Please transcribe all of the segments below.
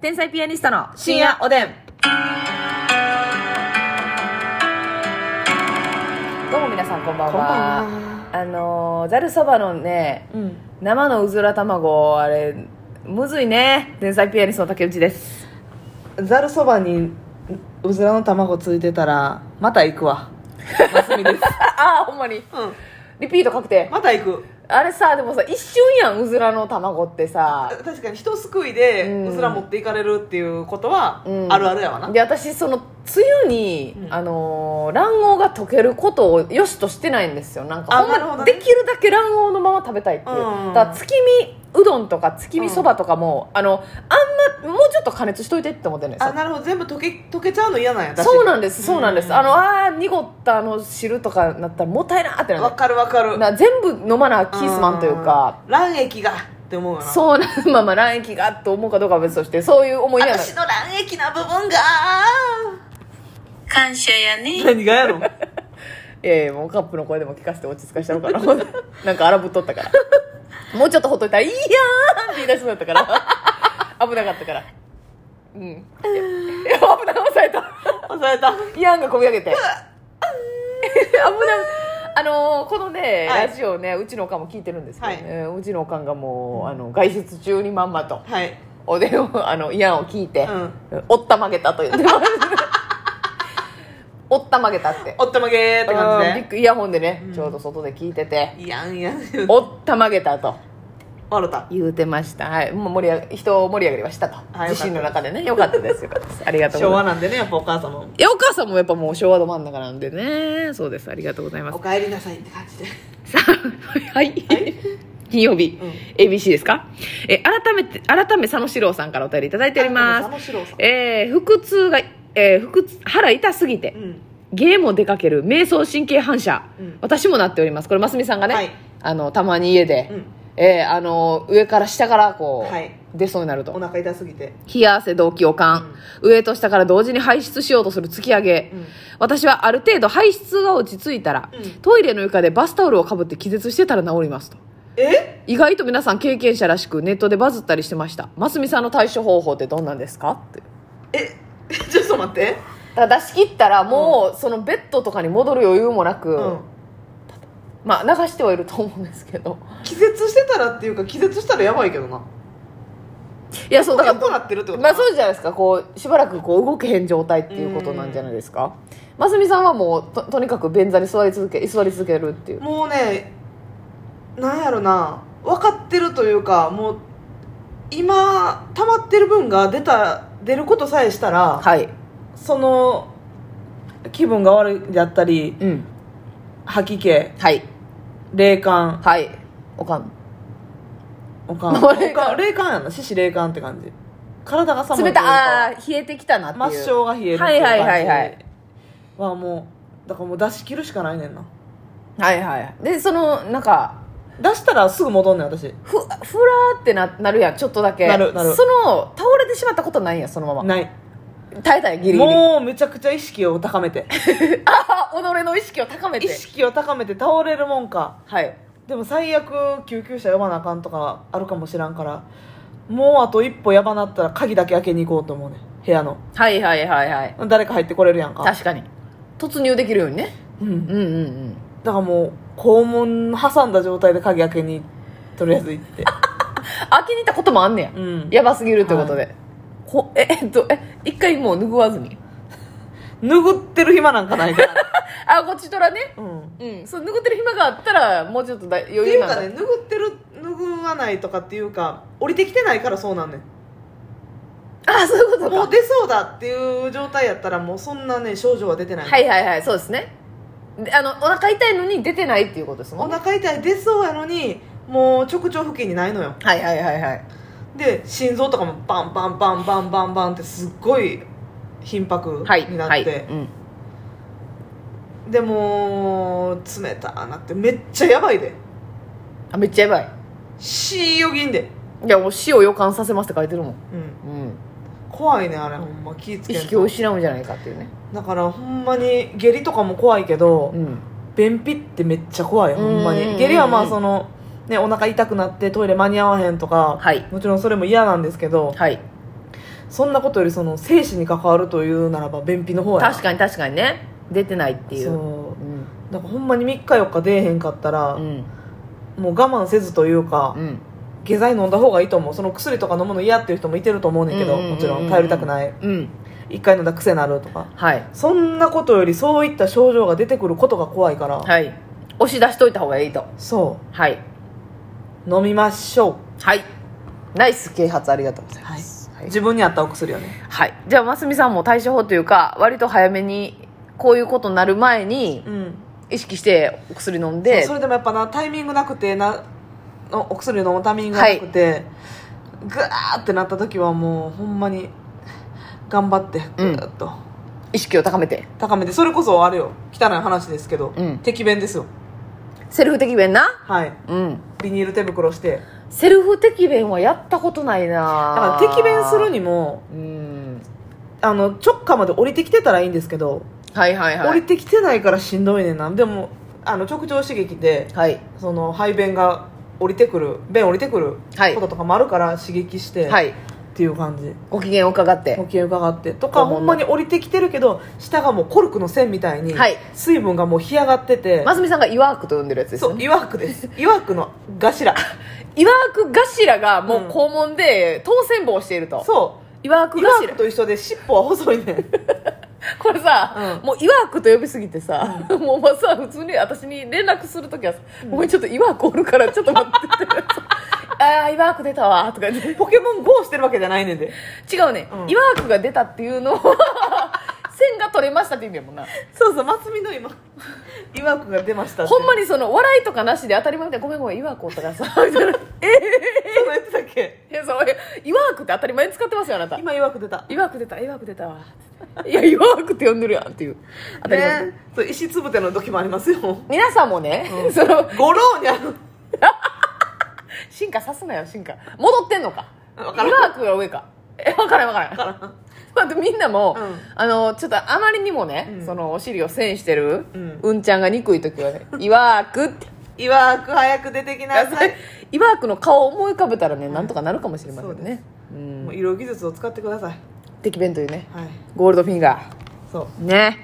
天才ピアニストの深夜おでん。どうも皆さんこんばんは。あのーざるそばのね、うん、生のうずら卵あれむずいね。天才ピアニストの竹内です。ざるそばにううずらの卵ついてたらまた行くわますみです、ああほんまに。うん、リピート確定。また行くあれさでもさ一瞬やんうずらの卵ってさ。確かに人すくいでうんうずら持っていかれるっていうことはうんあるあるやわな、で私その梅雨に、うんあのー卵黄が溶けることを良しとしてないんですよなんかあほんまなるほどねできるだけ卵黄のまま食べたいっていう、うんうんだから月見うどんとか月見そばとかも、あのあんまもうちょっと加熱しといてって思ってるんですあよなるほど全部溶け溶けちゃうの嫌なんや確かにそうなんですそうなんです、うんあのあー濁ったあの汁とかなったらもったいなーってなわるかるわかるな全部飲まなキースマンというか、うん卵液がって思うよなうそう なまあまあ卵液がと思うかどうかは別としてそういう思いにはな私の卵液な部分が感謝やね。何がやろいやいやもうカップの声でも聞かせて落ち着かしたのかな なんか荒ぶっとったからもうちょっとほっといたら「いいやーん!」って言い出しそうだったから 危なかったからうんいやいや危ない抑えた忘れた「いやーん」がこみ上げて 危ないあのーこのね、はラいジオねうちのおかんも聞いてるんですけど、ねはうちのおかんがもうあの外出中にまんまとはいおでんをあのイヤンを聞いて、うんおったまげたと言ってます おったまげたっておったまげーって感うんビじッグイヤホンでね、うんちょうど外で聞いててでいやんやん「おったまげた」と笑った言うてましたはいもう盛り上が人を盛り上げましたと、はい自身の中でねよかったですよかったですありがとうござ昭和いますなんでねやっぱお母さんもいやお母さんもやっぱもう昭和ど真ん中なんでねそうですありがとうございますおかえりなさいって感じでさあ はい、金曜日、うん ABC ですかえ改めて改め佐野史郎さんからお便りいただいております佐野史郎さんえー腹痛が、えー腹痛腹痛すぎて、うんゲームを出かける瞑想神経反射、うん私もなっておりますこれますみさんがね、はいあのたまに家で、うんえーあの上から下からこう、はい出そうになるおと腹痛すぎて冷や汗動悸悪寒、上と下から同時に排出しようとする突き上げ、うん私はある程度排出が落ち着いたら、うんトイレの床でバスタオルをかぶって気絶してたら治りますとえ 意外と皆さん経験者らしくネットでバズったりしてましたますみさんの対処方法ってどんなんですかってえちょっと待ってだから出し切ったらもう、そのベッドとかに戻る余裕もなく、うんまあ流してはいると思うんですけ ど気絶してたらっていうか気絶したらやばいけどないやそうだだかかららなってるってことまあそうじゃないですかこうしばらくこう動けへん状態っていうことなんじゃないですかますみさんはもうととにかく便座に座り続け居座り続けるっていうもうねなんやろな分かってるというかもう今溜まってる分が出た出ることさえしたら、はいその気分が悪いだったりうん吐き気はい霊感はいおかんおかん 霊お感かん霊感やな四肢霊感って感じ体が寒冷いというかたあー冷えてきたなっていう抹消が冷えるってはいはいはいはいはもうだからもう出し切るしかないねんなはいはいでそのなんか出したらすぐ戻んねん私ふふらーってななるやんちょっとだけなるなるその倒れてしまったことないんやそのままない耐えたんやギリギリもうめちゃくちゃ意識を高め てあ 己の意識を高めて意識を高めて倒れるもんかはいでも最悪救急車呼ばなあかんとかあるかもしらんからもうあと一歩やばなったら鍵だけ開けに行こうと思うねん部屋のはいはいはいはい誰か入ってこれるやんか、確かに突入できるようにねうん、だうんうんうんからもう肛門挟んだ状態で鍵開けにとりあえず行って、飽きに行ったこともあんねや、うん、やばすぎるってことで、こええっとえ一回もう拭わずに拭ってる暇なんかないから、 あこっちとらねうん、うんそう拭ってる暇があったらもうちょっとだ余って裕いうなんだかね拭ってる拭わないとかっていうか降りてきてないからそうなんねんあそういうことかもう出そうだっていう状態やったらもうそんなね症状は出てない、はいはいはいそうですねであのお腹痛いのに出てないっていうことですもおんね腹痛い出そうやのにもう直腸付近にないのよはいはいはいはいで心臓とかもバンバンバンバンバンバンってすっごい頻迫になはって、いはい、うん、でもう冷たなってめっちゃやばいであめっちゃやばいしよぎんで、いやもう死を予感させますって書いてるもん、うん、うん、怖いねあれほんま気ぃつ意けん識をと失うんじゃないかっていうねだからほんまに下痢とかも怖いけど、うん便秘ってめっちゃ怖いほんまうんに下痢はまあその、ね、お腹痛くなってトイレ間に合わへんとか、はいもちろんそれも嫌なんですけどはいそんなことよりその生死に関わるというならば便秘の方や確かに確かにね出てないっていう、そうんうだからほんまに3日4日出えへんかったら、うんもう我慢せずというか、うん下剤飲んだ方がいいと思うその薬とか飲むの嫌っていう人もいてると思うねんけど、うんうんうんうんもちろん頼りたくないうん1回飲んだら癖なるとかはいそんなことよりそういった症状が出てくることが怖いから、はい押し出しといた方がいいとそはいう飲みましょはいナイス啓発ありがとうございますう、自分に合ったお薬をねはい、じゃあますみさんも対処法というか割と早めにこういうことになる前にうん意識してお薬飲んででそれでもやっぱなタイミングなくてなのお薬飲むタイミングがなくて、グーってなった時はもうほんまに頑張ってグーっと意識を高めて高めて、それこそあれよ汚い話ですけど、うん適便ですよセルフ的弁なはいうんビニール手袋してセルフ適弁はやったことないだなから適便するにもうんあの直下まで降りてきてたらいいんですけど、はいはいは降りいてきてないからしんどいねんなでもあの直腸刺激ではいその排便が降りてくる便降りてくるはいこととかもあるから刺激して、はいっていう感じご機嫌を伺って呼吸伺ってとか肛門のほんまに降りてきてるけど下がもうコルクの線みたいにはい水分がもう干上がってて、ますみさんがイワークと呼んでるやつですそようねいわく ですいわくの頭イワーク頭がもううん肛門で当選棒をしているとそイワーうクいわ頭くと一緒で尻尾は細い ねんこれさ、うんもうイワークと呼びすぎてさ、もうまあさ普通に私に連絡するときはさ、ごめんちょっとイワークおるからちょっと待ってって ああイワーク出たわとか言ってポケモン GO してるわけじゃないねんで 違うね、うんイワークが出たっていうのは線が取れましたって意味やもんなそうそう松見の 今いわくが出ましたってほんまにその笑いとかなしで当たり前みたいなごめんごめんイワークおったからさみたいなえそうなんやってたっけえそうイワークって当たり前に使ってますよあなた今いわく出たイワーク出たイワーク出たわいやイワークって呼んでるやんっていう当たり前、ねそう石つぶての時もありますよ皆さんもね、その五郎にある進化さすなよ進化戻ってんのかわからんイワークが上かえ分からん分からん だからあとみんなも、うんあのちょっとあまりにもね、うんそのお尻を栓してる、ううんん、ちゃんが憎い時は ね「イワーク」っていわく早く出てきな さいイワークの顔を思い浮かべたらねなんとかなるかもしれませんね、うもうん医療技術を使ってください敵弁というねはいゴールドフィンガーそうね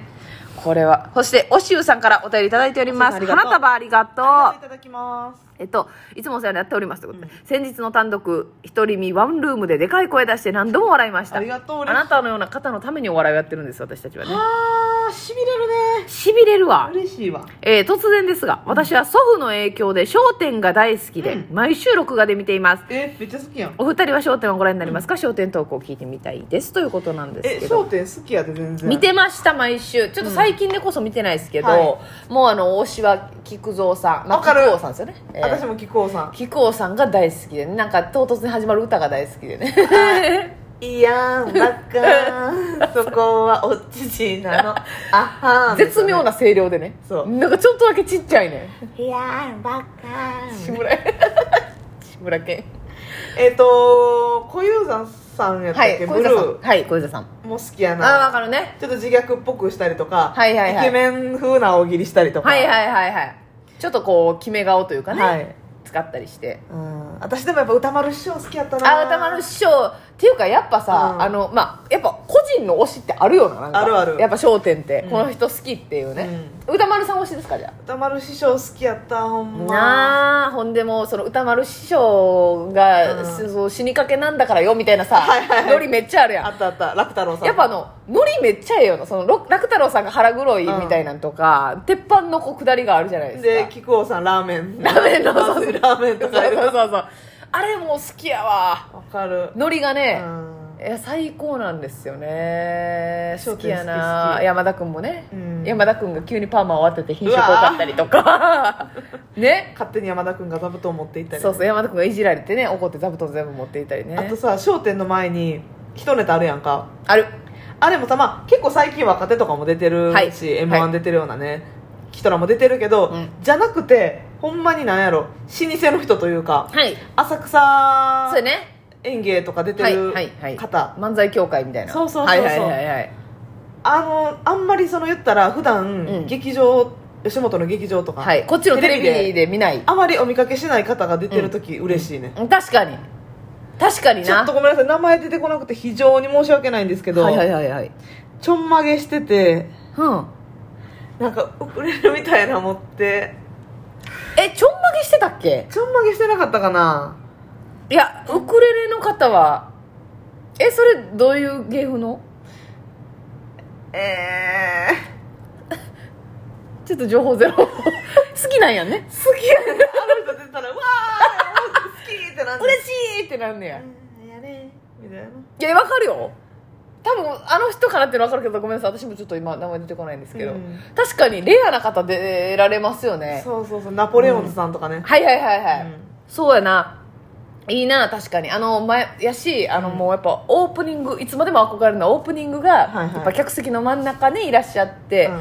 これはそしておしゅうさんからお便りいただいておりまおすしゅうさんありがと花う束ありがとういただきますえっと、いつもお世話になっておりますということで、先日の単独一人身ワンルームででかい声出して何度も笑いましたありがとうあ嬉しいなたのような方のためにお笑いをやってるんです私たちはねあーしびれるねしびれるわ、嬉しいわえー突然ですが私は祖父の影響で『笑点』が大好きで、う毎週録画で見ていますえめっちゃ好きやんお二人は『笑点』をご覧になりますか『笑点』トークを聞いてみたいですということなんですえけ『ど笑点』好きやで全然見てました毎週ちょっと最近でこそ見てないですけど、うんはもうあの大島菊蔵さんまあわかる木久扇さんですよね、えー私も木久扇さん木久扇さんが大好きでねなんか唐突に始まる歌が大好きでね「いやんばっ かそこはおちちなのあは絶妙な声量でねそうなんかちょっとだけちっちゃいねいやんばっか志村志村けんえっと小遊三さんやったっはけいブ小ル遊三さんーはい小遊三さんも好きあやあ分なかるねちょっと自虐っぽくしたりとかはいはいはいイケメン風な大喜利したりとかはいはいはいはいちょっとこう決め顔というかね、はい使ったりしてうん私でもやっぱ歌丸師匠好きやったなあ歌丸師匠っていうかやっぱさ、うんあのまあやっぱ個人の推しってあるよななんかあるあるやっぱ『笑点』って、うんこの人好きっていうね、歌丸さん推しですかじゃあ歌丸師匠好きやったほんまなあほんでもうその歌丸師匠が、うんそそう死にかけなんだからよみたいなさ、はいはいはいノリめっちゃあるやんあったあった楽太郎さんやっぱあのノリめっちゃええよなそのろ楽太郎さんが腹黒いみたいなんとか、鉄板のこう下りがあるじゃないですでか木久扇さんラーメンラーメンのまずいラーメンそうとかそうそうわそうあれもう好きやわかるノリがね、うんいや最高なんですよね好商き店や好き好なき山田君もね、うん山田君が急にパーマを当てて品種濃かったりとか ね勝手に山田君が座布団持って行ったりそうそう山田君がいじられてね怒って座布団全部持っていたりねあとさ『笑点』の前に一ネタあるやんかあるあれもさまあ結構最近若手とかも出てるし、はい m は1い出てるようなね人らも出てるけど、うんじゃなくてほんまになんやろ老舗の人というかはい浅そうや草ね園芸とか出てはいる方、はいはい漫才協会みたいなそうそうそうそはいうはいはいはいあのあんまりその言ったら普段、うん劇場吉本の劇場とか、はいこっちのテレビで見ないあまりお見かけしない方が出てる時、嬉しいね、うん確かに確かにちょっなとごめんなさい名前出てこなくて非常に申し訳ないんですけど、はいはいはいはいちょんまげしててうんなんかウクレレみたいな持ってえちょんまげしてたっけちょんまげしてなかったかないやウクレレの方はえそれどういう芸風のええちょっと情報 ゼロ好きなんやんねー、好きやねあの人出たら「うわー好き!」ってなん嬉しいってなんねやうんやれみたいないやわかるよ多分あの人からっていうのわかるけどごめんなさい私もちょっと今名前出てこないんですけど、うん確かにレアな方出られますよねそうそうそうナポレオンズさんとかね、はいはいはいはい、うんそうやないいな確かにあの前やしあの、もうやっぱオープニングいつまでも憧れるのはオープニングが、はいはいやっぱ客席の真ん中にいらっしゃって、うん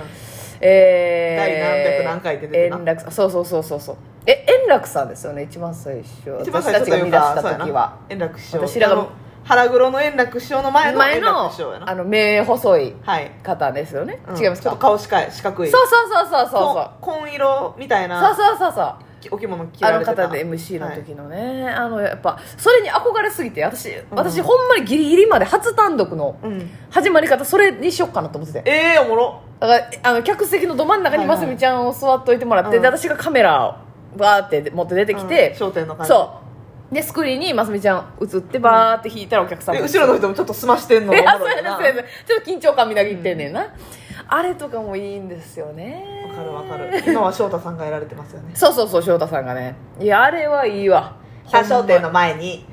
えー、第何百何回って出てな円楽さんそうそうそうそうそうえ円楽さんですよね一番最初一番私最たち初とがい見う出しかたそう時やはな円楽師匠私らがあの腹黒の円楽師匠の前の前円の楽師匠やなあの目細いはい、方ですよね、うん違いますちょかっと顔近い四角いそうそうそうそうそうそうこ紺色みたいそうなそうそうそうお着物着あのられてた方で MC のはい時のね、あのやっぱそれに憧れすぎて私、ん私ほんまにギリギリまで初単独のうん、始まり方それにしよっかなと思っててええおもろだからあの客席のど真ん中にはいまはいすみちゃんを座っといてもらって、うんで私がカメラをバーって持って出てきてうん、商店の感じそうでスクリーンにますみちゃん映ってバーって引いたらお客さん でも後ろの人もちょっと済ましてんのいがおやもそうろやいねなそうやねちょっと緊張感みなぎってんねんな、あれとかもいいんですよねわかるわかる今は翔太さんがやられてますよねそうそうそう翔太さんがねいやあれはいいわさあ商店のほんま前 に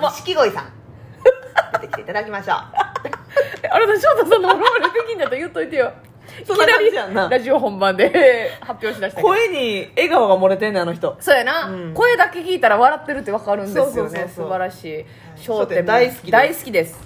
錦鯉さん出てきていただきましょうあれだ翔太さんのものまねできんだったら言っといてよいき そんなな感りじやんなラジオ本番で 発表しだしたけど声に笑顔が漏れてんねんあの人そうやな、うん声だけ聞いたら笑ってるってわかるんですよねそうそうそうそう素晴らしいい笑笑点点大好きです大好きです